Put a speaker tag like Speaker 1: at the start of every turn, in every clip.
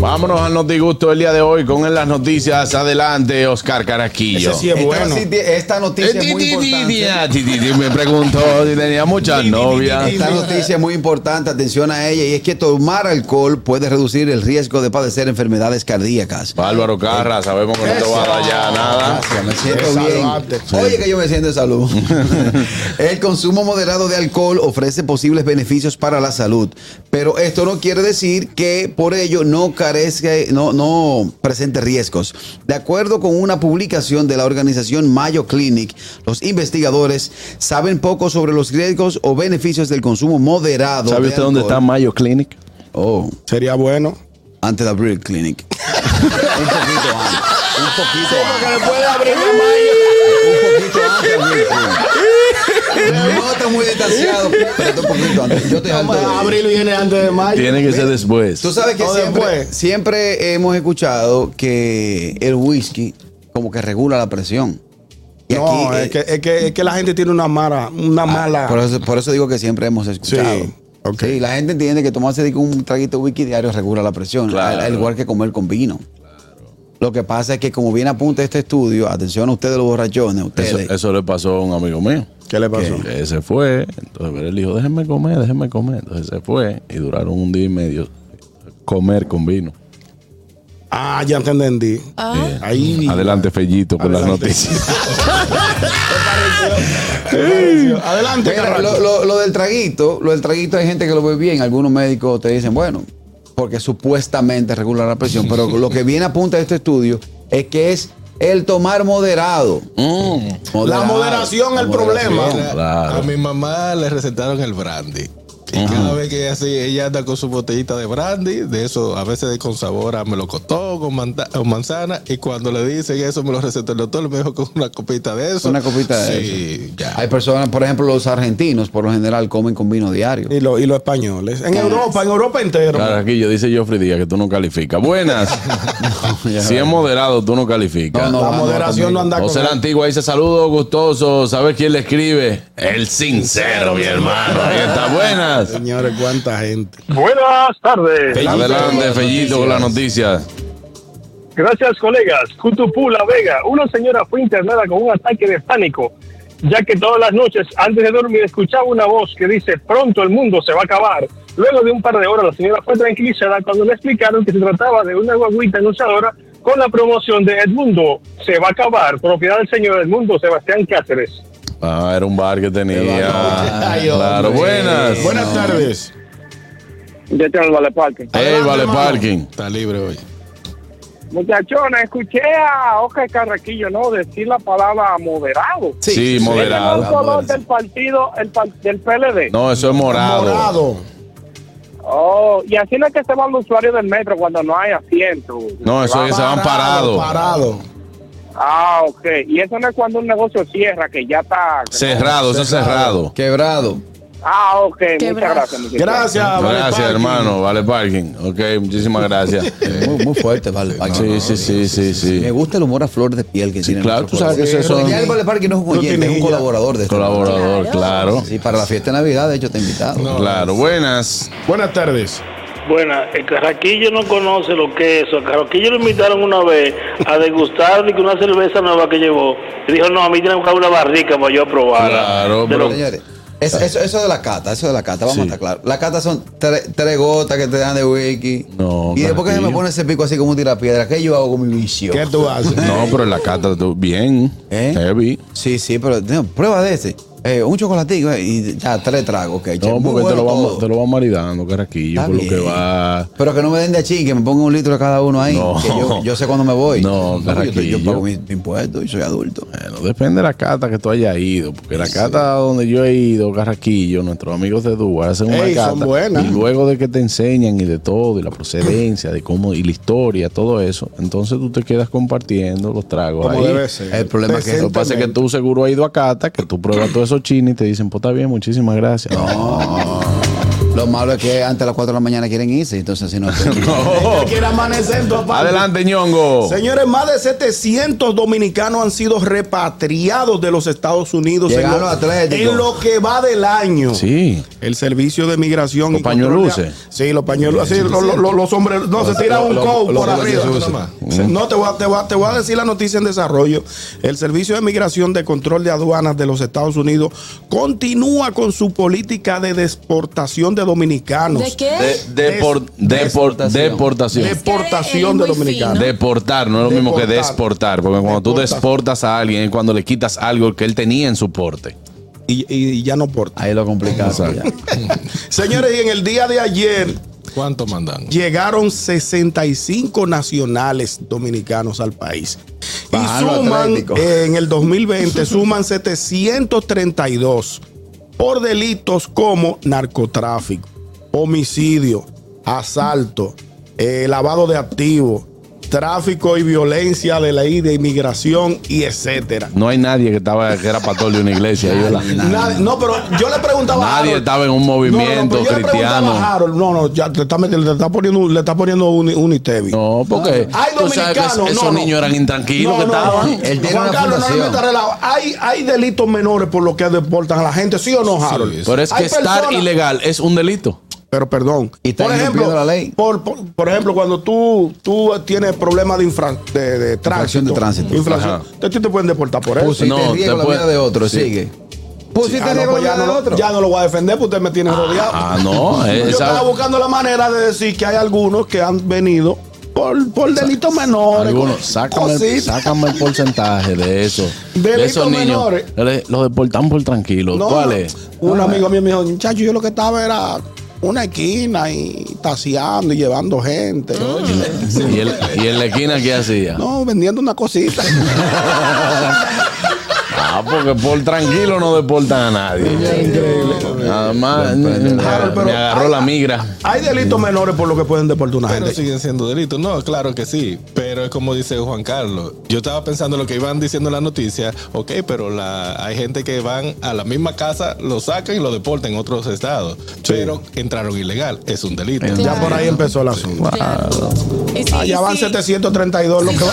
Speaker 1: Vámonos al notigusto del día de hoy con en las noticias. Adelante, Oscar Carasquillo.
Speaker 2: Ese sí es
Speaker 3: Esta,
Speaker 2: bueno.
Speaker 3: sí tie- esta noticia es muy importante.
Speaker 1: Me preguntó si tenía muchas novias.
Speaker 3: Esta noticia es muy importante, atención a ella, y es que tomar alcohol puede reducir el riesgo de padecer enfermedades cardíacas.
Speaker 1: Álvaro Carra, sabemos que no te va a dar ya nada.
Speaker 3: Gracias, me siento
Speaker 2: Es
Speaker 3: bien.
Speaker 2: saludable.
Speaker 3: Oye, que yo me siento de salud. el consumo moderado de alcohol ofrece posibles beneficios para la salud, pero esto no quiere decir que por ello no carezca, no, no presente riesgos. De acuerdo con una publicación de la organización Mayo Clinic, los investigadores saben poco sobre los riesgos o beneficios del consumo moderado.
Speaker 1: ¿Sabe
Speaker 3: de
Speaker 1: usted dónde está
Speaker 3: alcohol.
Speaker 1: Mayo Clinic?
Speaker 3: Oh,
Speaker 2: Sería bueno.
Speaker 3: antes de abrir el clinic. un poquito antes. Un poquito antes.
Speaker 1: puede abrir
Speaker 3: Un poquito antes, Wilfred. No está muy distanciado, pero está un poquito antes. Yo te
Speaker 2: Vamos a
Speaker 3: alto.
Speaker 2: Abril viene antes de mayo.
Speaker 1: Tiene que ser después.
Speaker 3: Tú sabes que
Speaker 2: O
Speaker 3: siempre,
Speaker 2: después.
Speaker 3: siempre hemos escuchado que el whisky como que regula la presión. Y
Speaker 2: no,
Speaker 3: aquí,
Speaker 2: es,
Speaker 3: eh,
Speaker 2: que, es, que, es que la gente tiene una mala.
Speaker 1: Ah,
Speaker 2: Una mala.
Speaker 3: por, eso, por eso digo que siempre hemos escuchado.
Speaker 2: Sí, ok.
Speaker 3: Sí, la gente entiende que tomarse de que un traguito de whisky diario regula la presión,
Speaker 1: Claro.
Speaker 3: al, al igual que comer con vino. Lo que pasa es que como bien apunta este estudio, atención a ustedes los borrachones,
Speaker 1: Eso,
Speaker 3: ustedes,
Speaker 1: eso le pasó a un amigo mío.
Speaker 2: ¿Qué le pasó?
Speaker 1: Que se fue. Entonces él dijo, déjenme comer, déjenme comer. Entonces se fue y duraron un día y medio comer con vino.
Speaker 2: Ah, ya te entendí.
Speaker 1: Eh,
Speaker 2: Ahí.
Speaker 1: Adelante, Fellito, con las
Speaker 2: Adelante.
Speaker 1: noticias.
Speaker 2: Adelante,
Speaker 3: Mira,
Speaker 2: Carraco.
Speaker 3: lo, lo- lo del traguito, lo del traguito hay gente que lo ve bien. Algunos médicos te dicen, bueno, porque supuestamente regula la presión. Pero lo que viene a punta de este estudio es que es el tomar moderado.
Speaker 1: Mm,
Speaker 2: La moderación es el problema.
Speaker 4: Mira,
Speaker 1: Claro.
Speaker 4: A mi mamá le recetaron el brandy. Y cada vez que ella, hace- ella anda con su botellita de brandy, de eso, a veces con sabor a melocotón, con, manta- con manzana, y cuando le dicen eso, me lo recetó el doctor, me dijo con una copita de eso.
Speaker 3: Una copita de
Speaker 4: Sí, ya.
Speaker 3: Hay personas, por ejemplo, los argentinos, por lo general, comen con vino diario.
Speaker 2: Y, lo- y los españoles. En Europa, en Europa entero.
Speaker 1: Carraquillo, dice Joffrey Díaz que tú no calificas. Buenas.
Speaker 3: Ya.
Speaker 1: si es moderado, tú no calificas.
Speaker 3: No,
Speaker 2: la
Speaker 3: no,
Speaker 2: moderación no,
Speaker 3: no,
Speaker 2: anda
Speaker 1: José
Speaker 2: con
Speaker 1: la Antigua dice saludos gustoso. ¿Sabes quién le escribe? El sincero, mi hermano. Ahí eh, está. Buenas.
Speaker 2: Señores, cuánta gente.
Speaker 5: Buenas tardes.
Speaker 1: Adelante, Fellito, con las noticias.
Speaker 5: Gracias, colegas. Cutupú, La Vega. Una señora fue internada con un ataque de pánico, ya que todas las noches antes de dormir escuchaba una voz que dice, pronto el mundo se va a acabar. Luego de un par de horas, la señora fue tranquilizada cuando le explicaron que se trataba de una guaguita anunciadora con la promoción de El mundo se va a acabar, propiedad del señor Edmundo Sebastián Cáceres.
Speaker 1: Ah, era un bar que tenía.
Speaker 2: Ay,
Speaker 1: Claro,
Speaker 2: hombre.
Speaker 1: buenas.
Speaker 2: Buenas tardes.
Speaker 6: Yo tengo el Vale Parque.
Speaker 1: Ey, vale, parking.
Speaker 4: Está libre hoy.
Speaker 6: Muchachona, escuché a Oscar Carraquillo, ¿no? Decir la palabra moderado.
Speaker 1: Sí,
Speaker 6: Ese no es un
Speaker 1: moderado.
Speaker 6: color del partido el par- del PLD.
Speaker 1: No, eso es morado.
Speaker 2: Morado.
Speaker 6: Oh, y así no es que se van los usuarios del metro cuando no hay asiento.
Speaker 1: No, eso es que se van
Speaker 2: Parado.
Speaker 1: parados.
Speaker 2: Parado.
Speaker 6: Ah, ok. Y eso no es cuando un negocio cierra, que ya está.
Speaker 1: Cerrado, eso es cerrado.
Speaker 3: Quebrado.
Speaker 6: Ah, ok. Muchas
Speaker 7: brazo.
Speaker 6: gracias, muchachos.
Speaker 2: Gracias, Vale
Speaker 1: Gracias,
Speaker 2: Parking.
Speaker 1: hermano. Vale, parking. Ok, muchísimas gracias.
Speaker 3: Muy, muy fuerte, vale. Parque.
Speaker 1: Sí, sí, sí, sí,
Speaker 3: Me
Speaker 1: sí.
Speaker 3: gusta el humor a flor de piel que
Speaker 1: Sí,
Speaker 3: tiene.
Speaker 1: claro, tú
Speaker 3: nuestro
Speaker 1: sabes que
Speaker 3: programa.
Speaker 1: esos son
Speaker 3: Pero ya el Vale Parque no es un
Speaker 2: No
Speaker 3: oyente,
Speaker 2: tiene
Speaker 3: es un
Speaker 2: ya.
Speaker 3: colaborador de este
Speaker 1: colaborador, claro.
Speaker 3: programa. Sí, para la fiesta de Navidad, de hecho, te he invitado.
Speaker 1: Claro, buenas.
Speaker 2: Buenas tardes.
Speaker 8: Bueno, el Carraquillo no conoce lo que es eso. Al Carraquillo lo invitaron una vez a degustar de que una cerveza nueva que llevó. Y dijo, no, a mí tienen que buscar una barrica para yo probarla.
Speaker 1: Claro,
Speaker 8: De
Speaker 1: pero-
Speaker 8: lo-
Speaker 3: Señores, eso, eso, eso de la cata, eso de la cata, vamos
Speaker 1: Sí.
Speaker 3: a estar claros. La cata son tres, tres gotas que te dan de whisky.
Speaker 1: No,
Speaker 3: Y después que se me
Speaker 1: carajillo.
Speaker 3: pone ese pico así como un tirapiedra, ¿qué yo hago con mi vicio?
Speaker 2: ¿Qué tú haces?
Speaker 1: No, pero en la cata tú, bien.
Speaker 3: ¿Eh?
Speaker 1: Heavy.
Speaker 3: Sí, sí, pero no, prueba de ese. Eh, un chocolatico eh, y ya tres tragos. que
Speaker 1: No, porque te, lo vamos, te lo van maridando, caraquillo,
Speaker 3: Está
Speaker 1: por lo
Speaker 3: bien.
Speaker 1: que va.
Speaker 3: Pero que no me den de achín, que me pongan un litro de cada uno ahí.
Speaker 1: No.
Speaker 3: Que yo, yo sé cuándo me voy. yo,
Speaker 1: No,
Speaker 3: te- yo
Speaker 1: carraquillo.
Speaker 3: pago mis impuestos y soy adulto.
Speaker 1: Bueno, depende de la cata que tú hayas ido, porque la cata donde yo he ido, Carraquillo, nuestros amigos de Dúa hacen una
Speaker 2: Ey,
Speaker 1: cata.
Speaker 2: son buenas.
Speaker 1: Y luego de que te enseñan y de todo, y la procedencia, de cómo, y la historia, todo eso, entonces tú te quedas compartiendo los tragos
Speaker 2: Como
Speaker 1: ahí.
Speaker 2: debe ser.
Speaker 3: el problema es que-
Speaker 1: Lo que pasa es que tú seguro has ido a cata, que tú pruebas todos esos chinos y te dicen, pues está bien, muchísimas gracias. No,
Speaker 3: Lo malo es que antes de las 4 de la mañana quieren irse, entonces si no.
Speaker 1: No.
Speaker 7: Quiere amanecer en tu apartamento.
Speaker 1: Adelante, ñongo.
Speaker 7: Señores, más de 700 dominicanos han sido repatriados de los Estados Unidos en
Speaker 3: Llegaron
Speaker 7: lo,
Speaker 3: atléticos.
Speaker 7: en lo que va del año.
Speaker 1: Sí.
Speaker 7: El servicio de migración.
Speaker 1: Los
Speaker 7: y control de-
Speaker 1: pañoluces.
Speaker 7: Sí, los pañuelos. Sí, lo- lo- lo- los hombres. No, se tira un
Speaker 2: lo-
Speaker 7: cow
Speaker 2: lo-
Speaker 7: por
Speaker 2: lo-
Speaker 7: arriba.
Speaker 2: lo-
Speaker 7: nada más. Se- No, te voy, a, te, voy a- te voy a decir la noticia en desarrollo. El servicio de migración de control de aduanas de los Estados Unidos continúa con su política de desportación de dominicanos.
Speaker 9: ¿De qué?
Speaker 1: De- depor- depor- deportación.
Speaker 7: Deportación de
Speaker 9: Es que es muy
Speaker 7: dominicanos.
Speaker 9: fino.
Speaker 1: Deportar no es lo mismo que
Speaker 7: Deportar.
Speaker 1: desportar, porque cuando tú
Speaker 7: Deportar.
Speaker 1: desportas a alguien es cuando le quitas algo que él tenía en su porte.
Speaker 7: Y, y- y ya no porta.
Speaker 3: Ahí lo complicado. ya.
Speaker 7: Señores, y en el día de ayer
Speaker 4: ¿Cuánto mandan?
Speaker 7: llegaron 65 nacionales dominicanos al país. Y
Speaker 3: Bájalo,
Speaker 7: suman,
Speaker 3: Atlético.
Speaker 7: eh, en el 2020, suman 732 por delitos como narcotráfico, homicidio, asalto, eh, lavado de activos, tráfico y violencia de ley de inmigración y etcétera.
Speaker 1: No hay nadie que estaba que era pastor de una iglesia. ahí, ¿verdad?
Speaker 7: Nadie- no, pero yo le preguntaba a
Speaker 1: Nadie
Speaker 7: Harold-
Speaker 1: estaba en un movimiento
Speaker 7: pero pues yo le preguntaba a
Speaker 1: cristiano.
Speaker 7: Harold, no, no, ya te está, metiendo- le está poniendo, le está poniendo un, un ITEVI.
Speaker 1: No, porque
Speaker 7: Hay
Speaker 1: tú sabes que
Speaker 7: dominicanos. no,
Speaker 1: esos
Speaker 7: no.
Speaker 1: niños eran intranquilos
Speaker 7: No,
Speaker 1: que
Speaker 7: no,
Speaker 1: estaban.
Speaker 7: no.
Speaker 3: Él tiene
Speaker 7: Juan
Speaker 3: una
Speaker 7: Carlos, no le
Speaker 3: fundación.
Speaker 7: metas relajo. Hay, hay delitos menores por lo que deportan a la gente, ¿sí o no, Harold?
Speaker 1: Pero es
Speaker 7: Hay
Speaker 1: que estar
Speaker 7: personas-
Speaker 1: ilegal es un delito.
Speaker 7: Pero perdón.
Speaker 3: Y está incumpliendo la ley.
Speaker 7: Por, por- por ejemplo, cuando tú, tú tienes problemas de, infra- de, de tránsito.
Speaker 3: Infracción de tránsito.
Speaker 7: Infracción.
Speaker 1: Ajá.
Speaker 7: Te, te pueden deportar por eso.
Speaker 3: Pusiste
Speaker 1: No,
Speaker 3: en riesgo
Speaker 1: te
Speaker 3: la
Speaker 1: puede-
Speaker 3: vida de otro, sigue. Pusiste
Speaker 7: Ah,
Speaker 3: en
Speaker 7: no,
Speaker 3: riesgo
Speaker 7: pues
Speaker 3: la
Speaker 7: ya,
Speaker 3: vida
Speaker 7: no
Speaker 3: de
Speaker 7: lo,
Speaker 3: otro.
Speaker 7: ya no lo voy a defender porque ustedes me tienen rodeado.
Speaker 1: Ah, no.
Speaker 7: Yo estaba
Speaker 1: esa-
Speaker 7: buscando la manera de decir que hay algunos que han venido por, por delitos menores.
Speaker 1: Algunos,
Speaker 7: co-
Speaker 1: sácame, el-
Speaker 7: cositas.
Speaker 1: sácame el porcentaje de eso. De
Speaker 7: Delitos
Speaker 1: esos niños.
Speaker 7: menores.
Speaker 1: Le- Los deportan por tranquilo.
Speaker 7: No,
Speaker 1: ¿Cuál es?
Speaker 7: Un amigo mío me dijo, muchacho, yo lo que estaba era una esquina y taseando y llevando gente.
Speaker 1: ¿Y, el- y en la esquina qué hacía?
Speaker 7: No, vendiendo una cosita.
Speaker 1: Ah, porque por tranquilo no deportan a nadie. Nada más me,
Speaker 7: Harold, pero-
Speaker 1: agarró la migra.
Speaker 7: hay delitos menores por lo que pueden deportar una
Speaker 4: Pero
Speaker 7: gente.
Speaker 4: siguen siendo delitos. No, claro que sí. Pero es como dice Juan Carlos. Yo estaba pensando lo que iban diciendo en la noticia. Ok, pero la, hay gente que van a la misma casa, lo sacan y lo deportan en otros estados. Pero entraron ilegal. Es un delito.
Speaker 7: Ya por ahí empezó el asunto.
Speaker 9: Claro. Y si, y
Speaker 7: Allá van
Speaker 9: si-
Speaker 7: 732 lo que va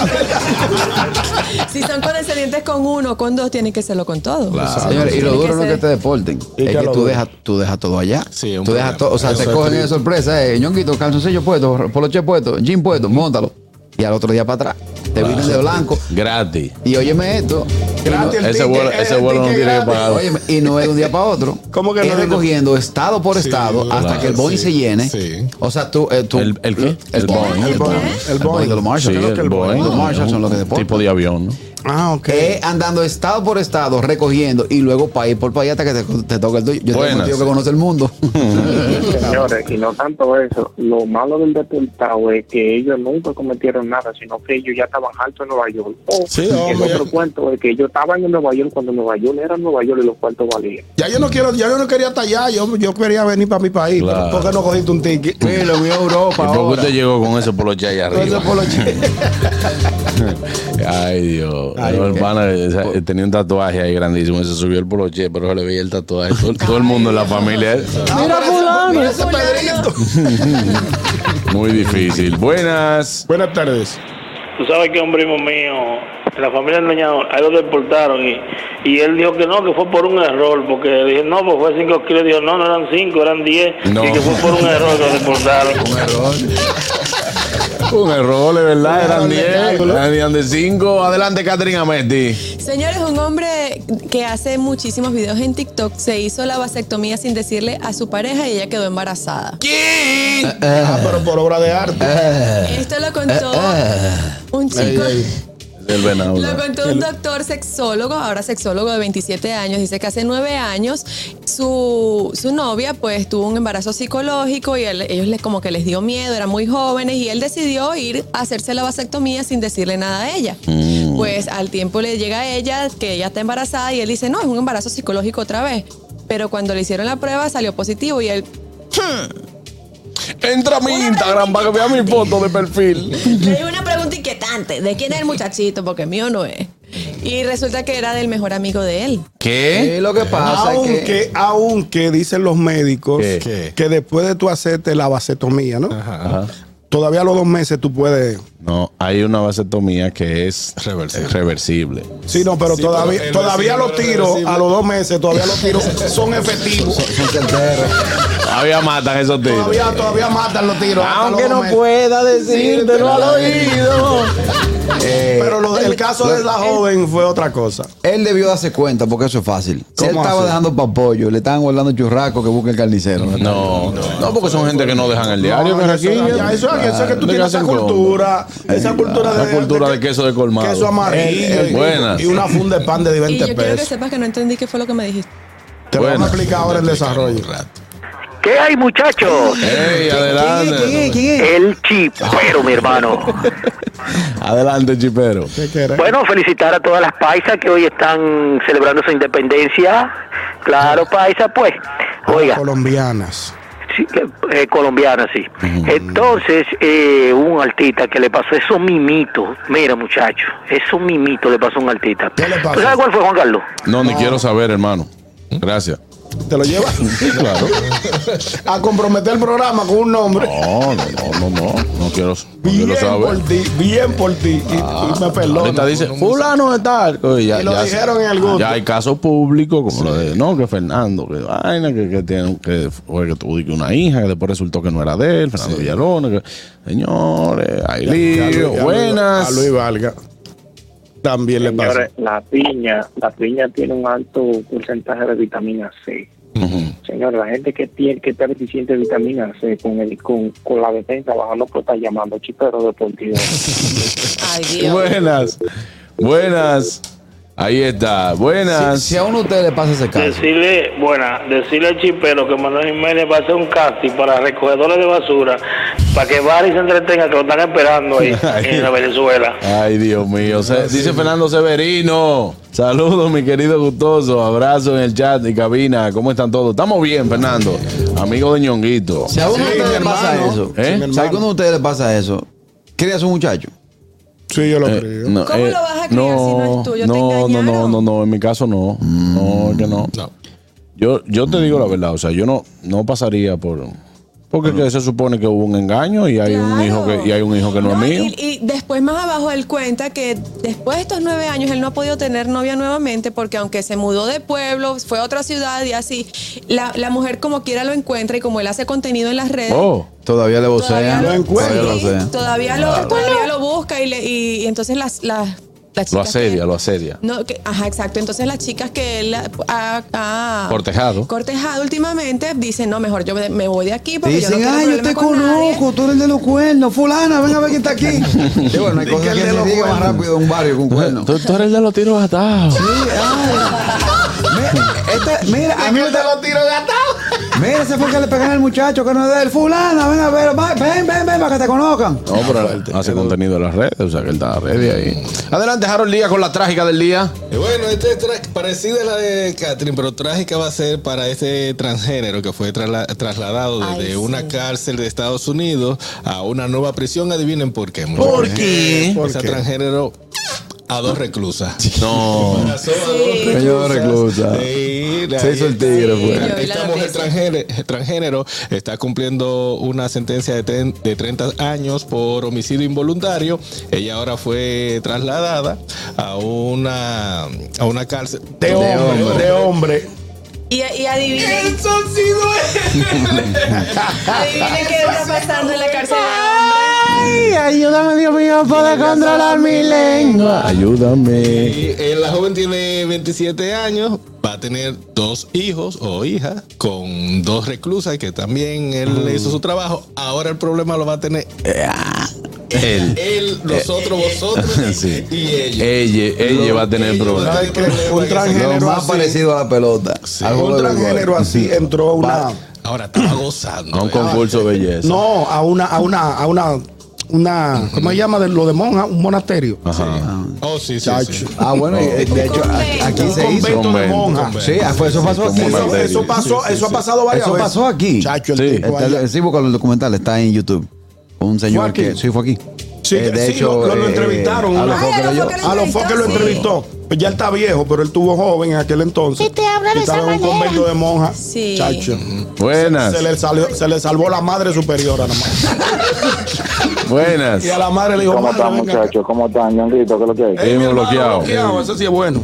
Speaker 9: si son condescendientes con uno, con dos, tienen que serlo con todo.
Speaker 3: Señores, y lo
Speaker 9: Tiene
Speaker 3: duro no es que
Speaker 9: ser-
Speaker 3: te deporten.
Speaker 7: ¿Y
Speaker 3: Es
Speaker 7: qué
Speaker 3: que
Speaker 7: lo
Speaker 3: tú
Speaker 7: duro?
Speaker 3: dejas tú dejas todo allá.
Speaker 4: Sí, es un
Speaker 3: tú dejas
Speaker 4: problema.
Speaker 3: todo, o sea,
Speaker 4: Eso
Speaker 3: te
Speaker 4: es
Speaker 3: cogen de
Speaker 4: triste.
Speaker 3: sorpresa, eh, ñonguito, calzoncillo puesto, poloche puesto, jean puesto, móntalo. Y al otro día para atrás. Te vienen de blanco.
Speaker 1: Gratis.
Speaker 3: Y óyeme esto.
Speaker 7: Gratis el
Speaker 1: Ese
Speaker 7: ticket,
Speaker 1: vuelo,
Speaker 7: el
Speaker 1: ese vuelo no
Speaker 7: ticket
Speaker 1: tiene que
Speaker 7: gratis.
Speaker 1: pagar.
Speaker 3: óyeme, y no es de un día para otro.
Speaker 7: ¿Cómo que
Speaker 3: es
Speaker 7: no es de-
Speaker 3: recogiendo estado por
Speaker 4: Sí,
Speaker 3: estado hasta
Speaker 4: claro,
Speaker 3: que el Boeing
Speaker 4: sí,
Speaker 3: se llene.
Speaker 4: sí.
Speaker 3: O sea, tú. eh, tú-
Speaker 1: ¿El- el qué?
Speaker 3: El
Speaker 1: El
Speaker 3: Boeing.
Speaker 1: Boeing,
Speaker 3: El
Speaker 9: el Boeing.
Speaker 3: Boeing. El Boeing de los Marshall.
Speaker 1: Sí,
Speaker 3: Creo
Speaker 1: el
Speaker 3: que el
Speaker 1: Boeing.
Speaker 3: Boeing. Los Marshall son los que
Speaker 1: Un
Speaker 3: deportan.
Speaker 1: Tipo de avión, ¿no?
Speaker 7: Ah, ok.
Speaker 3: Es andando estado por estado, recogiendo y luego país por país hasta que te, te toca el tuyo. Yo tengo un
Speaker 1: Buenas.
Speaker 3: tío que conoce el mundo.
Speaker 6: Señores, y no tanto eso, lo malo del deportado es que ellos nunca cometieron nada, sino que ellos ya estaban altos en Nueva York. O
Speaker 7: Sí,
Speaker 6: el
Speaker 7: hombre.
Speaker 6: otro cuento es que ellos estaban en Nueva York cuando Nueva York era Nueva York y los cuartos valían.
Speaker 7: Ya yo no quiero, ya yo no quería estar allá, yo, yo quería venir para mi país.
Speaker 1: Claro.
Speaker 7: pero ¿Por qué no cogiste un ticket?
Speaker 3: Mira, voy a Europa.
Speaker 1: ¿Y por qué
Speaker 3: ahora.
Speaker 1: usted llegó con ese poloche allá
Speaker 7: Entonces,
Speaker 1: arriba?
Speaker 7: por los ch-
Speaker 1: Ay, Dios.
Speaker 7: Ay,
Speaker 1: No, el
Speaker 7: ok.
Speaker 1: pana, o sea, tenía un tatuaje ahí grandísimo. Se subió el poloche, pero se le veía el tatuaje. Todo, todo el mundo en la familia.
Speaker 7: Mira, fulano. Ese
Speaker 9: fulano.
Speaker 7: Pedrito.
Speaker 1: Muy difícil. Buenas.
Speaker 2: Buenas tardes.
Speaker 8: Tú sabes que un primo mío, en la familia del leñador, a él lo deportaron y, y él dijo que no, que fue por un error, porque le dije, no, pues fue 5 kilos, dijo, no, no eran 5, eran 10,
Speaker 1: No.
Speaker 8: y que fue por un error que lo deportaron.
Speaker 1: Un error, de verdad. Eran
Speaker 7: Un error de
Speaker 1: 10.
Speaker 7: cálculo.
Speaker 1: Eran de 5. Adelante, Catrina Mesti.
Speaker 9: Señores, un hombre que hace muchísimos videos en TikTok se hizo la vasectomía sin decirle a su pareja y ella quedó embarazada.
Speaker 7: Ah, pero por obra de arte.
Speaker 9: Eh.
Speaker 7: Eh,
Speaker 9: Esto lo contó un chico.
Speaker 1: El venado.
Speaker 9: Lo contó un doctor sexólogo, ahora sexólogo de 27 años, dice que hace nueve años su, su novia pues tuvo un embarazo psicológico y él- ellos les, como que les dio miedo, eran muy jóvenes y él decidió ir a hacerse la vasectomía sin decirle nada a ella.
Speaker 1: Mm.
Speaker 9: Pues al tiempo le llega a ella que ella está embarazada y él dice, no, es un embarazo psicológico otra vez. Pero cuando le hicieron la prueba salió positivo y él
Speaker 1: Entra a mi Instagram para que vea mi foto de perfil.
Speaker 9: Le di una pregunta inquietante. ¿De quién es el muchachito? Porque mío no es. Y resulta que era del mejor amigo de él.
Speaker 1: ¿Qué?
Speaker 3: Sí, lo que pasa es
Speaker 7: aunque,
Speaker 3: que.
Speaker 7: aunque dicen los médicos
Speaker 1: ¿Qué?
Speaker 4: ¿Qué?
Speaker 7: que después de tú hacerte la vasectomía, ¿no?
Speaker 4: Ajá.
Speaker 7: Todavía a los dos meses tú puedes.
Speaker 1: No, hay una vasectomía que es
Speaker 4: Reversible.
Speaker 1: eh, reversible.
Speaker 7: Sí, no, pero
Speaker 4: Sí,
Speaker 7: todavía,
Speaker 4: pero el
Speaker 7: todavía
Speaker 4: recibo,
Speaker 7: los
Speaker 4: el
Speaker 7: tiros,
Speaker 4: recibo.
Speaker 7: a los dos meses, todavía los tiros son efectivos.
Speaker 3: Son certeros.
Speaker 1: Todavía matan esos tiros.
Speaker 7: Todavía, todavía matan los tiros. hasta
Speaker 3: Aunque
Speaker 7: los dos
Speaker 3: no
Speaker 7: meses.
Speaker 3: pueda decírtelo al oído. Eh,
Speaker 7: Pero lo- el caso de la joven fue otra cosa.
Speaker 3: Él debió darse cuenta porque eso es fácil. Si él
Speaker 7: ¿Cómo
Speaker 3: estaba
Speaker 7: así?
Speaker 3: dejando papollo, le estaban guardando churrasco que busque el carnicero.
Speaker 1: No, no, porque son gente que no dejan el diario.
Speaker 7: No, Ah, eso,
Speaker 1: carraquillo.
Speaker 7: ya, eso, es- eso es que tú
Speaker 1: ¿De qué
Speaker 7: tienes esa
Speaker 1: hacen con-
Speaker 7: cultura, esa
Speaker 1: Eh,
Speaker 7: cultura de,
Speaker 1: esa cultura de queso de colmado.
Speaker 7: Queso amarillo
Speaker 1: Eh, eh,
Speaker 7: y-
Speaker 1: buenas.
Speaker 7: y una funda de pan de
Speaker 9: Y yo
Speaker 7: 20
Speaker 9: quiero que
Speaker 7: pesos.
Speaker 9: sepas que no entendí qué fue lo que me dijiste.
Speaker 7: Te lo vamos a
Speaker 1: Buenas.
Speaker 7: explicar ahora el desarrollo.
Speaker 8: ¿Qué hay, muchachos?
Speaker 1: Ey, adelante.
Speaker 8: El chipero, mi hermano.
Speaker 1: Adelante, chipero.
Speaker 7: ¿Qué quieres?
Speaker 8: Bueno, felicitar a todas las paisas que hoy están celebrando su independencia. Claro, paisa, pues. Oiga,
Speaker 7: Colombianas.
Speaker 8: sí, eh, colombiana, sí.
Speaker 7: Mm.
Speaker 8: Entonces, eh, un artista que le pasó esos mimitos. Mira, muchacho, esos mimitos le pasó a un artista.
Speaker 7: ¿Qué le pasó?
Speaker 8: ¿Tú sabes cuál fue, Juan Carlos?
Speaker 1: No,
Speaker 7: Ah.
Speaker 1: ni quiero saber, hermano. Gracias.
Speaker 7: Te lo llevas
Speaker 1: Claro.
Speaker 7: a comprometer el programa con un nombre.
Speaker 1: No, no, no, no, no. No quiero, no
Speaker 7: Bien
Speaker 1: quiero
Speaker 7: por
Speaker 1: saber.
Speaker 7: ti, bien por ti. Y, y me
Speaker 1: Ah, Ahorita
Speaker 7: perdona.
Speaker 1: dice, fulano de tal. Oye, ya,
Speaker 7: Y lo
Speaker 1: ya-
Speaker 7: dijeron en el gusto.
Speaker 1: Ya hay casos públicos como lo de, no, que Fernando, que vaina, que, que, tiene, que fue que tuvo que una hija, que después resultó que no era de él, Fernando Villalona. que- señores, hay
Speaker 7: Ya, ya,
Speaker 1: lío,
Speaker 7: ya,
Speaker 1: buenas.
Speaker 7: A Luis Valga. También le pasa.
Speaker 6: Señores, la piña, la piña tiene un alto porcentaje de vitamina C.
Speaker 1: Ujú.
Speaker 6: Señores, la gente que tiene que está deficiente de vitamina C con el con, con la defensa bajando pues está llamando chipero deportivo.
Speaker 9: Ay, Dios.
Speaker 1: Buenas, buenas. Ahí está,
Speaker 3: Si,
Speaker 1: buenas.
Speaker 3: si a uno de ustedes le pasa ese caso.
Speaker 8: Decirle, buena, decirle al chipero que Manuel Jiménez va a hacer un casting para recogedores de basura, para que Barry se entretenga, que lo están esperando ahí en la Venezuela.
Speaker 1: Ay, Dios mío. Se- dice Fernando Severino. Saludos, mi querido gustoso. Abrazo en el chat y cabina. ¿Cómo están todos? Estamos bien, Fernando. Amigo de ñonguito.
Speaker 3: Si a uno de
Speaker 7: Sí,
Speaker 3: ustedes
Speaker 7: mi
Speaker 3: le pasa
Speaker 7: hermano.
Speaker 3: eso,
Speaker 1: ¿Eh?
Speaker 3: si a alguno de ustedes le pasa eso, ¿creas un muchacho?
Speaker 7: Sí, yo lo
Speaker 1: Eh,
Speaker 7: creo.
Speaker 1: no,
Speaker 9: ¿Cómo lo vas a criar si no es tuyo? ¿Te
Speaker 1: No, no, no,
Speaker 9: engañaron?
Speaker 1: no, no, en mi caso no. No, es que no.
Speaker 4: No.
Speaker 1: Yo, yo te digo la verdad, o sea, yo no, no pasaría por. Porque que se supone que hubo un engaño y hay un
Speaker 9: Claro.
Speaker 1: hijo que, y hay un hijo que no, es mío.
Speaker 9: Y, y después más abajo él cuenta que después de estos nueve años él no ha podido tener novia nuevamente porque aunque se mudó de pueblo, fue a otra ciudad y así, la, la mujer como quiera lo encuentra y como él hace contenido en las redes.
Speaker 1: Oh,
Speaker 3: Todavía le
Speaker 9: Todavía
Speaker 3: vocean.
Speaker 9: lo,
Speaker 3: Todavía lo
Speaker 9: sí,
Speaker 3: vocean.
Speaker 9: todavía
Speaker 1: Ah.
Speaker 9: lo- todavía lo busca y, le- y- y entonces las, las, las
Speaker 1: lo
Speaker 9: chicas
Speaker 1: asedia,
Speaker 9: que-
Speaker 1: lo asedia.
Speaker 9: No, que- ajá, exacto. Entonces las chicas que él ha, ha-
Speaker 1: Cortejado.
Speaker 9: cortejado últimamente dicen, no, mejor yo me- me voy de aquí porque yo no
Speaker 3: Dicen,
Speaker 9: quiero
Speaker 3: ay, yo
Speaker 9: problema
Speaker 3: te
Speaker 9: con nadie".
Speaker 3: conozco, tú eres el de los cuernos, fulana, ven a ver quién está aquí. Y bueno, hay
Speaker 7: Di que
Speaker 3: cosas
Speaker 7: el
Speaker 3: que
Speaker 7: de
Speaker 3: se
Speaker 7: los
Speaker 3: diga más
Speaker 7: cuernos.
Speaker 3: rápido en un barrio con cuernos.
Speaker 1: Tú, tú eres de los tiros atados.
Speaker 3: Sí, ay. Me- esta- Este, Mira, a mí me-
Speaker 7: lo tiro gatado?
Speaker 3: mira, ese fue el que le pegaron al muchacho que no es de él. Fulana, ven a ver, va- ven, ven, ven, para que te conozcan.
Speaker 1: No, pero hace contenido en las redes, o sea que él está ready ahí. Adelante, Harold Díaz con la trágica del día.
Speaker 4: Y bueno, este es tra- parecida a la de Catherine, pero trágica va a ser para este transgénero que fue trasla- trasladado
Speaker 9: Ay,
Speaker 4: desde
Speaker 9: sí.
Speaker 4: una cárcel de Estados Unidos a una nueva prisión. Adivinen por qué. muchachos.
Speaker 1: ¿Por qué?
Speaker 7: ¿Por
Speaker 4: Ese
Speaker 7: qué?
Speaker 4: transgénero a dos reclusas.
Speaker 1: No.
Speaker 4: Pasó a dos
Speaker 9: Sí.
Speaker 1: Señor Oh. reclusa.
Speaker 4: Sí, de
Speaker 1: Se
Speaker 4: ahí
Speaker 1: hizo el
Speaker 4: está.
Speaker 1: tigre,
Speaker 9: Sí,
Speaker 1: pues.
Speaker 9: yo vi la
Speaker 4: Esta mujer
Speaker 9: noticia.
Speaker 4: transgénero, transgénero está cumpliendo una sentencia de, tren- de 30 años por homicidio involuntario. Ella ahora fue trasladada a una, a una cárcel
Speaker 7: De hombre, de hombre.
Speaker 9: Y, y adivinen, adivinen qué está pasando en la cárcel.
Speaker 1: Ay, ayúdame, Dios mío, para controlar mi lengua. Ayúdame.
Speaker 4: Y, eh, la joven tiene 27 años, va a tener dos hijos o hijas con dos reclusas que también él
Speaker 1: Mm.
Speaker 4: le hizo su trabajo. Ahora el problema lo va a tener
Speaker 1: Eh, ah. Él.
Speaker 4: él, nosotros, vosotros y,
Speaker 1: Sí.
Speaker 4: y ellos.
Speaker 1: Ella, ella va a tener
Speaker 4: Ellos van a
Speaker 1: problemas.
Speaker 4: tener problemas
Speaker 7: Un
Speaker 4: en ese
Speaker 7: transgénero
Speaker 3: Lo
Speaker 4: sentido.
Speaker 3: más
Speaker 7: así.
Speaker 3: parecido a la pelota. Al
Speaker 7: Un
Speaker 3: juego de béisbol.
Speaker 7: transgénero así entró a una.
Speaker 4: Ahora estaba gozando.
Speaker 1: A un
Speaker 4: eh.
Speaker 1: concurso de belleza.
Speaker 7: No, a una, a una, a una, una, ¿cómo se llama? De, lo de monja, un monasterio.
Speaker 1: Ajá.
Speaker 4: Oh, sí, sí, sí.
Speaker 3: Ah, bueno, y, eh, de hecho, a- aquí
Speaker 7: Un
Speaker 3: se hizo.
Speaker 7: convento de
Speaker 1: Convento.
Speaker 7: monja.
Speaker 3: Sí, ah, fue- eso pasó aquí.
Speaker 1: como
Speaker 7: Eso,
Speaker 1: monasterio.
Speaker 7: eso pasó, eso ha pasado varias
Speaker 3: Eso
Speaker 7: veces.
Speaker 3: pasó aquí. este,
Speaker 7: Chacho, el
Speaker 1: Sí.
Speaker 7: tipo
Speaker 3: Está-
Speaker 7: allá.
Speaker 3: sí, búscalo en el documental, está en YouTube. Un señor
Speaker 7: aquí?
Speaker 3: que. Sí, fue aquí.
Speaker 7: Sí,
Speaker 3: Eh, de
Speaker 7: sí,
Speaker 3: hecho,
Speaker 7: lo, lo- lo
Speaker 3: eh,
Speaker 7: entrevistaron.
Speaker 3: a los
Speaker 7: una-
Speaker 3: Ay,
Speaker 9: a los Fokker lo
Speaker 7: a los Fokker lo
Speaker 9: entrevistó,
Speaker 7: entrevistó. Pues Ya él está viejo, pero él estuvo joven en aquel entonces.
Speaker 10: Y te habla de
Speaker 7: Y estaba
Speaker 10: esa
Speaker 7: en un
Speaker 10: manera.
Speaker 7: convento de monjas.
Speaker 9: Sí.
Speaker 7: Chacho.
Speaker 1: Buenas,
Speaker 7: Se le, salió- se le salvó la madre superiora nomás.
Speaker 1: buenas.
Speaker 7: Y a la madre le dijo,
Speaker 6: ¿Cómo están,
Speaker 7: madre, venga acá".
Speaker 6: muchachos? ¿Cómo están, Ñonguito? ¿Qué es lo que hay?
Speaker 7: Ey, mi hermano,
Speaker 1: bloqueado.
Speaker 7: bloqueado, Eso sí es bueno.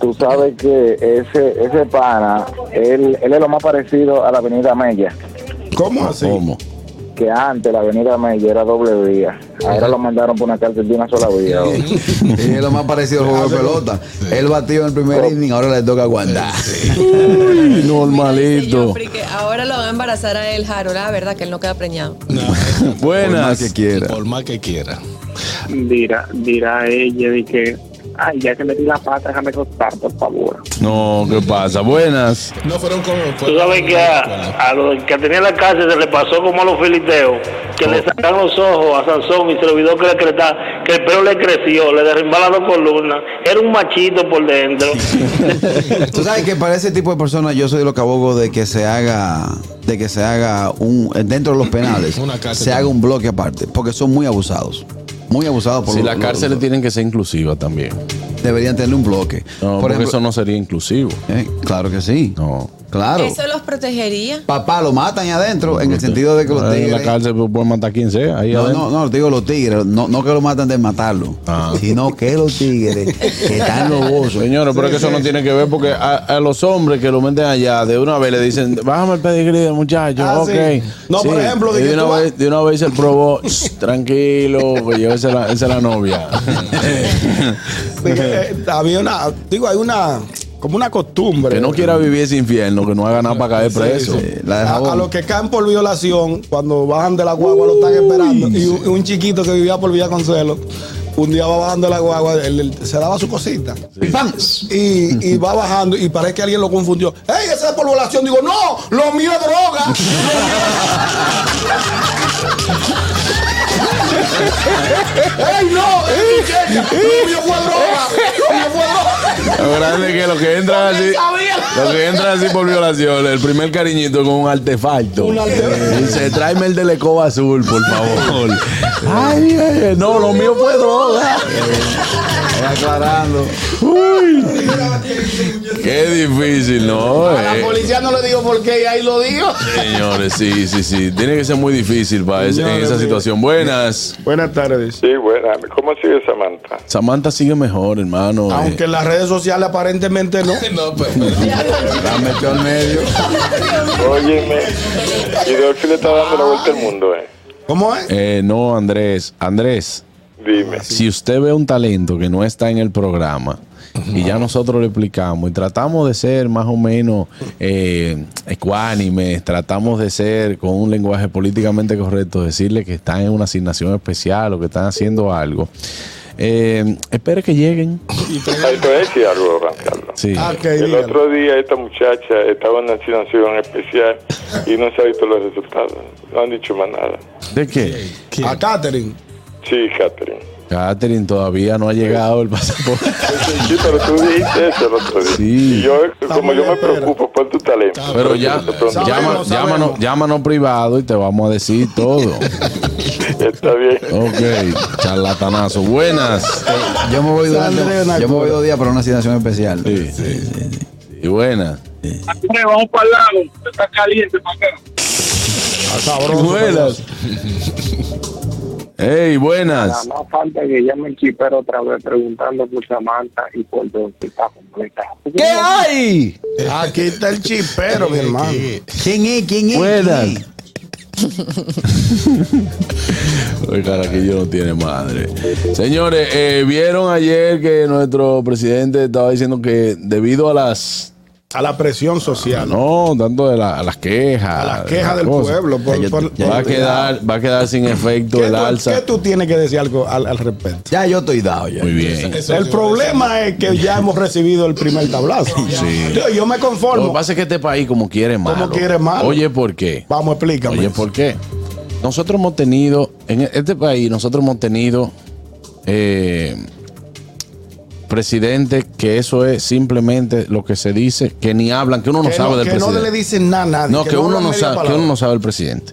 Speaker 6: Tú sabes que ese ese pana, él, él es lo más parecido a la Avenida Mella.
Speaker 7: ¿Cómo así?
Speaker 1: ¿Cómo?
Speaker 6: Que antes la Avenida Mella era doble vía. Ahora lo mandaron por una cárcel de una sola vía.
Speaker 3: Y es lo más parecido al juego de pelota. Él batió en el primer inning, ahora le toca aguantar.
Speaker 1: Oh. Uy,
Speaker 9: Mira, dice
Speaker 1: normalito.
Speaker 9: Joffrey que ahora lo va a embarazar a él, Harold. La verdad que él no queda preñado.
Speaker 3: Por más
Speaker 1: Buenas.
Speaker 3: que quiera.
Speaker 4: Por más que quiera.
Speaker 6: Dirá, dirá ella de que, ay, ya que metí la pata, déjame costar, por favor.
Speaker 1: No, ¿qué pasa? Buenas.
Speaker 4: No fueron con.
Speaker 8: Tú sabes que a, a los que tenía la cárcel se le pasó como a los filisteos, que le sacaron los ojos a Sansón y se le olvidó que, le creta- que el pelo le creció, le derrimbó las dos columnas. Era un machito por dentro.
Speaker 3: Tú sabes que para ese tipo de personas yo soy lo que abogo de que se haga de que se haga un dentro de los penales
Speaker 4: Una cárcel
Speaker 3: se haga un bloque aparte porque son muy abusados muy abusados por
Speaker 1: Si
Speaker 3: lo-
Speaker 1: las
Speaker 3: lo-
Speaker 1: cárceles tienen que ser inclusivas también.
Speaker 3: deberían tener un bloque
Speaker 1: No,
Speaker 3: por
Speaker 1: porque
Speaker 3: ejemplo
Speaker 1: eso no sería inclusivo.
Speaker 3: eh, claro que sí
Speaker 1: No.
Speaker 3: claro
Speaker 9: Eso los protegería.
Speaker 3: papá lo matan ahí adentro en el sentido de que los
Speaker 1: Ahí En la
Speaker 3: tigres
Speaker 1: cárcel pues, pueden matar a quien sea. Ahí
Speaker 3: no,
Speaker 1: adentro.
Speaker 3: no, no, digo los tigres, no, no que lo matan de matarlo,
Speaker 1: Ah.
Speaker 3: sino que los tigres que están lobosos.
Speaker 1: Señores, pero es que eso no tiene que ver porque a, a los hombres que lo meten allá, de una vez le dicen, bájame el pedigrí del muchacho,
Speaker 7: Ah,
Speaker 1: ok.
Speaker 7: sí. No, por ejemplo,
Speaker 1: y
Speaker 7: de
Speaker 1: de,
Speaker 7: que
Speaker 1: una
Speaker 7: tú vas-
Speaker 1: vez, de una vez se probó, "Shh, tranquilo, pues yo esa es la, esa es la novia.
Speaker 7: Sí, eh, había una, digo, hay una, como una costumbre.
Speaker 1: que no quiera vivir ese infierno, que no haga nada para caer preso. Ah,
Speaker 3: Eh, la de
Speaker 7: A,
Speaker 3: jabón.
Speaker 7: a los que caen por violación, cuando bajan de la guagua, lo están esperando. Y un, un chiquito que vivía por Villa Consuelo, un día va bajando de la guagua, él- él se daba su cosita.
Speaker 3: Y ¡pam!
Speaker 7: Y, y va bajando, y parece que alguien lo confundió. ¡Ey, esa es por violación! Digo, ¡no! ¡Lo mío es droga! ¡Ey, no! ¡Ey, muchacha! ¡Lo mío fue droga! ¡Lo mío fue droga!
Speaker 1: Lo grande es que los que entran así, los que entran así por violación, el primer cariñito con un artefacto. Eh,
Speaker 7: Un artefacto.
Speaker 1: Dice, tráeme el de la escoba azul, por favor. Eh, ay, ay, no, lo mío fue droga.
Speaker 3: aclarando.
Speaker 1: Qué difícil, ¿no? Eh,
Speaker 7: policía no le digo por qué, y ahí lo digo.
Speaker 1: señores, sí, sí, sí. Tiene que ser muy difícil para ese- en
Speaker 7: Señores,
Speaker 1: esa
Speaker 7: sí.
Speaker 1: situación. Buenas.
Speaker 7: Buenas tardes.
Speaker 8: Sí, bueno, ¿cómo sigue Samantha?
Speaker 1: Samantha sigue mejor, hermano. eh.
Speaker 7: Aunque en las redes sociales aparentemente no.
Speaker 3: La metió al medio.
Speaker 8: Óyeme, Dolphy le está dando la vuelta al mundo, ¿eh?
Speaker 7: ¿Cómo es?
Speaker 1: Eh, no, Andrés. Andrés,
Speaker 8: Dime.
Speaker 1: si usted ve un talento que no está en el programa y ya nosotros le explicamos y tratamos de ser más o menos eh, ecuánimes, tratamos de ser con un lenguaje políticamente correcto, decirle que están en una asignación especial o que están haciendo algo. eh, espere que lleguen.
Speaker 8: Ay, te voy a decir algo, Juan Carlos.
Speaker 1: Sí.
Speaker 7: Ah, ok,
Speaker 8: El
Speaker 7: dígalo.
Speaker 8: otro día esta muchacha estaba en una asignación especial y no se ha visto los resultados. No han dicho más nada.
Speaker 1: ¿De qué? Ah,
Speaker 7: A Catherine.
Speaker 8: Sí, Catherine.
Speaker 1: Catherine todavía no ha llegado el pasaporte.
Speaker 8: Sí, sí, pero tú dijiste eso el otro día.
Speaker 1: Sí.
Speaker 8: Y yo, como
Speaker 7: muy
Speaker 8: yo me
Speaker 7: espera.
Speaker 8: preocupo por tu talento.
Speaker 1: Pero ya,
Speaker 8: de pronto-
Speaker 7: Sabemos,
Speaker 1: llama-
Speaker 7: sabemos.
Speaker 1: llámanos, llámanos privado y te vamos a decir todo.
Speaker 8: Está bien.
Speaker 1: Ok, charlatanazo. Buenas.
Speaker 3: Yo me voy
Speaker 7: Sandra
Speaker 3: durante,
Speaker 7: Naco.
Speaker 3: yo me voy dos días para una asignación especial.
Speaker 1: Sí, sí, Y buenas.
Speaker 5: Vamos para el lado, está caliente para acá.
Speaker 7: Ah,
Speaker 1: Buenas. Ey,
Speaker 6: Nada
Speaker 1: buenas.
Speaker 6: más falta que llame el chipero otra vez preguntando por Samantha y por dónde está completa.
Speaker 3: ¿Qué hay?
Speaker 7: Aquí está el chipero, mi hermano.
Speaker 3: ¿Quién es? ¿Quién es?
Speaker 1: Buenas.
Speaker 3: ¿Quién es?
Speaker 1: El carajillo no tiene madre. Señores, eh, vieron ayer que nuestro presidente estaba diciendo que debido a las.
Speaker 7: A la presión social.
Speaker 1: No, tanto de la- a las quejas.
Speaker 7: A las
Speaker 1: de
Speaker 7: quejas del
Speaker 1: cosas.
Speaker 7: pueblo. por-
Speaker 3: Ya,
Speaker 7: por-
Speaker 3: ya,
Speaker 1: Va a
Speaker 7: por-
Speaker 1: quedar, va a quedar sin efecto
Speaker 7: ¿Qué
Speaker 1: el
Speaker 7: tú-
Speaker 1: alza.
Speaker 7: ¿Qué tú tienes que decir algo al, al respecto?
Speaker 3: Ya yo estoy dado ya.
Speaker 1: Muy bien.
Speaker 7: El problema es que ya hemos recibido el primer tablazo.
Speaker 1: Sí.
Speaker 7: Yo, yo me
Speaker 1: Lo que
Speaker 7: conformo.
Speaker 1: pasa es que este país como quiere malo.
Speaker 7: quiere malo.
Speaker 1: Oye, ¿por qué?
Speaker 7: Vamos, explícame.
Speaker 1: Oye, ¿por qué? Nosotros hemos tenido, en este país, nosotros hemos tenido eh, presidentes que eso es simplemente lo que se dice, que ni hablan, que uno no
Speaker 7: que
Speaker 1: sabe
Speaker 7: no,
Speaker 1: del
Speaker 7: que no
Speaker 1: presidente.
Speaker 7: le dicen nada a nadie.
Speaker 1: no, que, uno
Speaker 7: hablan
Speaker 1: no
Speaker 7: media
Speaker 1: sabe, que
Speaker 7: palabra.
Speaker 1: uno no sabe el presidente.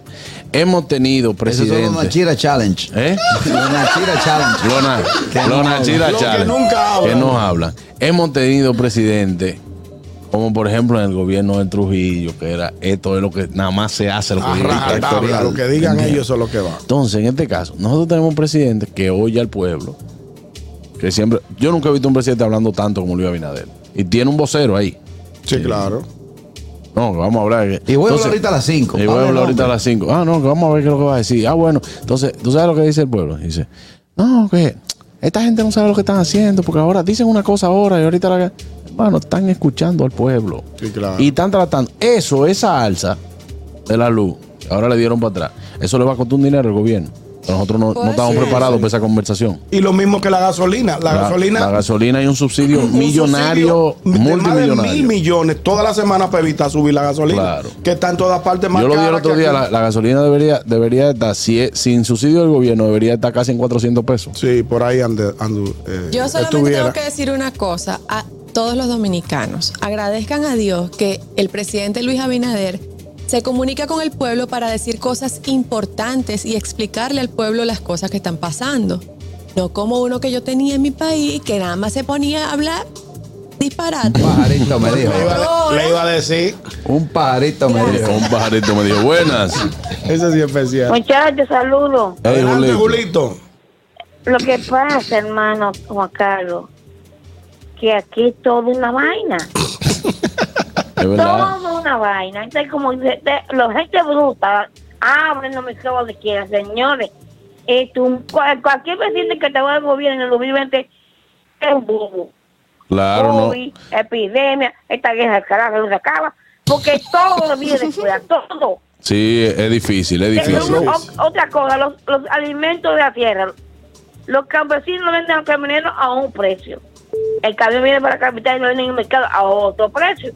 Speaker 1: hemos
Speaker 3: Eso
Speaker 1: tenido
Speaker 3: es
Speaker 1: presidentes.
Speaker 3: una Nachira Challenge.
Speaker 1: ¿Eh?
Speaker 3: Una Nachira Challenge.
Speaker 1: Lona,
Speaker 3: Que no
Speaker 1: Lona
Speaker 3: hablan.
Speaker 1: Chila
Speaker 7: Los que
Speaker 1: Chávez,
Speaker 7: nunca hablan.
Speaker 1: que no hablan. Hemos tenido presidentes, como por ejemplo en el gobierno de Trujillo, que era esto es lo que nada más se hace, lo que dice
Speaker 7: Arrastra
Speaker 1: el
Speaker 7: tabla,
Speaker 1: historial.
Speaker 7: lo que digan ellos eso es lo que va.
Speaker 1: Entonces, en este caso, nosotros tenemos un presidente que oye al pueblo, que siempre, yo nunca he visto un presidente hablando tanto como Luis Abinader. Y tiene un vocero ahí.
Speaker 7: Sí, claro.
Speaker 1: No, que vamos a hablar. que-
Speaker 3: Y voy a hablar
Speaker 1: entonces-
Speaker 3: ahorita a las 5.
Speaker 1: Y voy a hablar ahorita a las 5. Ah, no, que vamos a ver qué es lo que va a decir. Ah, bueno. Entonces, ¿tú sabes lo que dice el pueblo? Dice, no, que esta gente no sabe lo que están haciendo porque ahora dicen una cosa ahora y ahorita la... Bueno, están escuchando al pueblo.
Speaker 7: Sí, claro.
Speaker 1: Y están tratando... Eso, esa alza de la luz, que ahora le dieron para atrás, eso le va a costar un dinero al gobierno. Pero nosotros no, no
Speaker 9: Pues
Speaker 1: estamos
Speaker 9: sí.
Speaker 1: preparados para esa conversación.
Speaker 7: Y lo mismo que la gasolina. La, gasolina.
Speaker 1: la gasolina y un subsidio
Speaker 7: un
Speaker 1: millonario,
Speaker 7: subsidio de
Speaker 1: multimillonario.
Speaker 7: Más de mil millones toda la semana para evitar subir la gasolina.
Speaker 1: Claro.
Speaker 7: Que está en todas partes más
Speaker 1: Yo lo vi el
Speaker 7: cara
Speaker 1: otro
Speaker 7: que
Speaker 1: día,
Speaker 7: aquí.
Speaker 1: la, la gasolina debería, debería estar, si es- sin subsidio del gobierno, debería estar casi en 400 pesos.
Speaker 7: Sí, por ahí ande, andu- eh,
Speaker 9: Yo solamente
Speaker 7: estuviera.
Speaker 9: tengo que decir una cosa a todos los dominicanos. Agradezcan a Dios que el presidente Luis Abinader se comunica con el pueblo para decir cosas importantes y explicarle al pueblo las cosas que están pasando. No como uno que yo tenía en mi país que nada más se ponía a hablar disparate.
Speaker 3: Pajarito me dijo.
Speaker 7: Le iba a decir.
Speaker 3: Un pajarito me dijo.
Speaker 1: Un pajarito me dijo, buenas.
Speaker 7: Eso sí es especial.
Speaker 10: Muchachos, saludo.
Speaker 1: Ey,
Speaker 7: Adelante,
Speaker 1: Julito.
Speaker 7: Julito.
Speaker 10: Lo que pasa, hermano Juan Carlos, que aquí es toda una vaina.
Speaker 1: Es verdad.
Speaker 10: Todo una vaina. Entonces, como dice, de- la gente bruta, abren los micrófonos que quieran, señores. Esto, un- cual- cualquier presidente que te va al gobierno en el 2020 es bobo.
Speaker 1: Claro, no.
Speaker 10: COVID, epidemia, esta guerra del carajo no se acaba. Porque todo lo viene de fuera, todo.
Speaker 1: Sí, es difícil, es
Speaker 10: Pero
Speaker 1: difícil.
Speaker 10: uno- o- otra cosa, los, los alimentos de la tierra. Los campesinos lo venden a los camioneros a un precio. El camión viene para la capital y lo venden en el mercado a otro precio.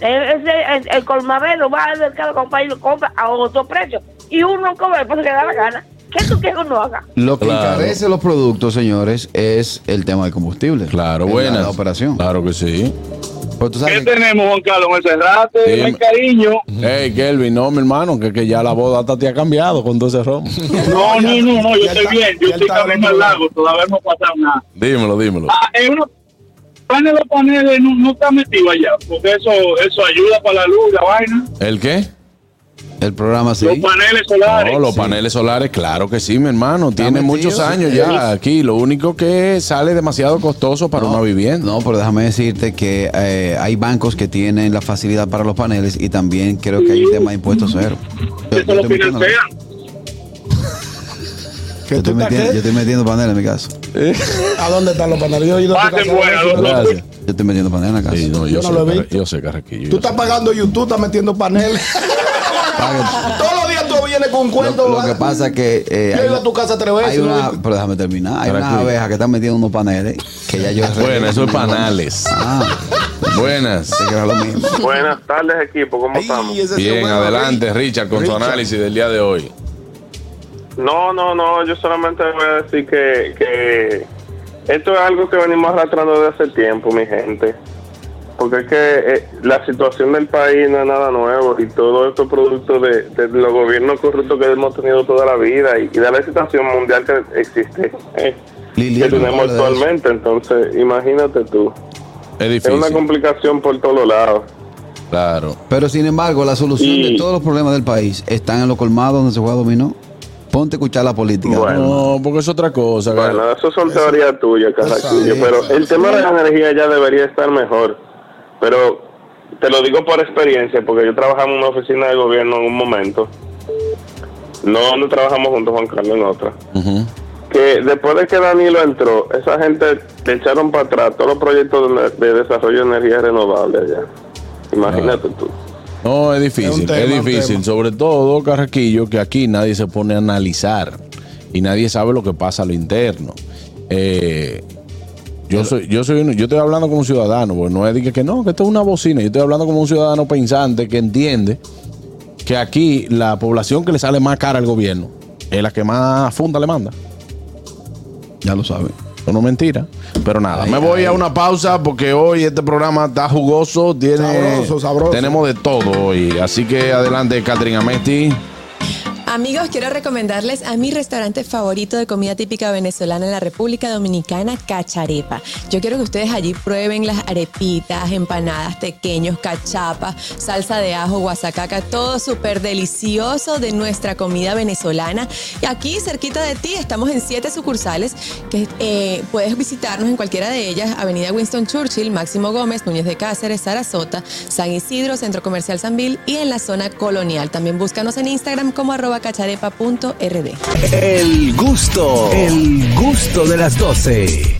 Speaker 10: El, ese- el, el colmadero va al mercado, compra y lo compra a otro precio. Y uno cobra el precio que le da la gana. ¿Qué tú quieres que uno haga?
Speaker 3: Lo que
Speaker 1: Claro.
Speaker 3: encarece los productos, señores, es el tema del combustible.
Speaker 1: Claro,
Speaker 3: Es la-
Speaker 1: buenas.
Speaker 3: La operación.
Speaker 1: Claro que sí.
Speaker 3: Pues tú sabes
Speaker 5: ¿Qué
Speaker 3: que-
Speaker 5: tenemos, Juan Carlos? Monserrate,
Speaker 1: Dime.
Speaker 5: buen cariño.
Speaker 1: Hey, Kelvin, no, mi hermano, que, que ya la boda hasta te ha cambiado con todo ese ron.
Speaker 5: No, no, no, no, yo
Speaker 7: ya
Speaker 5: estoy
Speaker 7: está-
Speaker 5: bien. Yo
Speaker 7: ya
Speaker 5: estoy
Speaker 7: está
Speaker 5: camino al
Speaker 7: hablando.
Speaker 5: lago, todavía no ha pasado nada.
Speaker 1: dímelo, dímelo.
Speaker 5: Ah, en unos paneles, paneles, no, no está metido allá, porque eso eso ayuda para la luz, la vaina.
Speaker 1: ¿El qué?
Speaker 3: el programa
Speaker 5: Los
Speaker 3: sí.
Speaker 5: paneles solares.
Speaker 1: No, los paneles solares, claro que sí, mi hermano. Tiene
Speaker 3: metido,
Speaker 1: muchos
Speaker 3: sí,
Speaker 1: años
Speaker 3: sí.
Speaker 1: ya aquí. Lo único que sale demasiado costoso para una vivienda.
Speaker 3: No, pero déjame decirte que eh, hay bancos que tienen la facilidad para los paneles y también creo que hay un tema de impuestos cero. Yo,
Speaker 5: eso
Speaker 3: yo
Speaker 5: lo
Speaker 3: estoy metiendo-
Speaker 5: financian.
Speaker 3: yo estoy metiendo- yo estoy metiendo paneles en mi casa.
Speaker 7: Eh. ¿A dónde están los paneles? Yo he ido a tu
Speaker 5: Pasen
Speaker 7: casa.
Speaker 5: buena, los dos.
Speaker 1: Gracias.
Speaker 3: Yo estoy metiendo paneles en la casa.
Speaker 1: Sí, no, yo,
Speaker 7: Yo no
Speaker 1: sé,
Speaker 7: lo he
Speaker 1: Carra-
Speaker 7: visto.
Speaker 1: yo sé, Carraquillo. yo
Speaker 7: Tú estás
Speaker 1: sé.
Speaker 7: pagando YouTube, estás metiendo paneles. Todos los días tú vienes con un cuento.
Speaker 3: Lo, lo que
Speaker 7: ¿verdad?
Speaker 3: pasa es que eh,
Speaker 7: Yo he ido a tu casa tres veces.
Speaker 3: hay
Speaker 7: ¿no?
Speaker 3: una, pero déjame terminar. Hay unas
Speaker 1: Tranquilo.
Speaker 3: abejas que están metiendo unos paneles que ya yo
Speaker 1: Bueno, eso es panales.
Speaker 3: Ah,
Speaker 1: Buenas.
Speaker 3: pensé que era lo mismo.
Speaker 6: Buenas tardes, equipo, ¿cómo estamos?
Speaker 7: Ay, ese sí es
Speaker 1: Bien,
Speaker 7: bueno,
Speaker 1: adelante
Speaker 7: Rick.
Speaker 1: Richard con tu
Speaker 7: Richard.
Speaker 1: análisis del día de hoy.
Speaker 6: No, no, no, yo solamente voy a decir que, que esto es algo que venimos arrastrando desde hace tiempo, mi gente. Porque es que eh, la situación del país no es nada nuevo y todo esto es producto de, de los gobiernos corruptos que hemos tenido toda la vida y, y de la situación mundial que existe, eh,
Speaker 3: Lilian,
Speaker 6: que tenemos
Speaker 3: habla de eso.
Speaker 6: actualmente. Entonces, imagínate tú.
Speaker 1: Es
Speaker 6: Es una
Speaker 1: difícil.
Speaker 6: complicación por todos lados.
Speaker 1: Claro.
Speaker 3: Pero sin embargo, la solución
Speaker 6: Y-
Speaker 3: de todos los problemas del país están en los colmados donde se juega dominó. Ponte a escuchar la política.
Speaker 6: Bueno.
Speaker 1: No, porque es otra cosa.
Speaker 6: Bueno,
Speaker 1: cara.
Speaker 6: eso son teorías tuyas, Carraquillo,
Speaker 3: sí,
Speaker 6: pero el tema de la energía ya debería estar mejor. Pero te lo digo por experiencia, porque yo trabajaba en una oficina de gobierno en un momento. No, no trabajamos juntos, Juan Carlos, en otra.
Speaker 1: Ujú.
Speaker 6: Que después de que Danilo entró, esa gente le echaron para atrás todos los proyectos de, de desarrollo de energías renovables allá.
Speaker 3: Ah.
Speaker 6: Imagínate tú.
Speaker 1: No, es difícil.
Speaker 7: Es
Speaker 1: Es,
Speaker 7: un tema, un
Speaker 1: difícil.
Speaker 7: tema.
Speaker 1: Sobre todo, Carraquillo, que aquí nadie se pone a analizar y nadie sabe lo que pasa a lo interno. Eh, Yo soy, yo soy, uno- yo estoy hablando como un ciudadano, porque no es de que, que no, que esto es una bocina. Yo estoy hablando como un ciudadano pensante que entiende que aquí la población que le sale más cara al gobierno es la que más funda le manda.
Speaker 3: Ya lo saben.
Speaker 1: Eso no es mentira. Pero nada, me voy a una pausa porque hoy este programa está jugoso. Tiene,
Speaker 7: Sabroso, sabroso.
Speaker 1: Tenemos de todo hoy. Así que adelante, Catherine Amesti.
Speaker 9: Amigos, quiero recomendarles a mi restaurante favorito de comida típica venezolana en la República Dominicana, Cacharepa. Yo quiero que ustedes allí prueben las arepitas, empanadas, pequeños, cachapas, salsa de ajo, guasacaca, todo súper delicioso de nuestra comida venezolana. Y aquí, cerquita de ti, estamos en siete sucursales que eh, puedes visitarnos en cualquiera de ellas, Avenida Winston Churchill, Máximo Gómez, Núñez de Cáceres, Sarasota, San Isidro, Centro Comercial Sanvil y en la zona colonial. También búscanos en Instagram como arroba cacharepa.rd.
Speaker 11: El gusto, el gusto de las 12.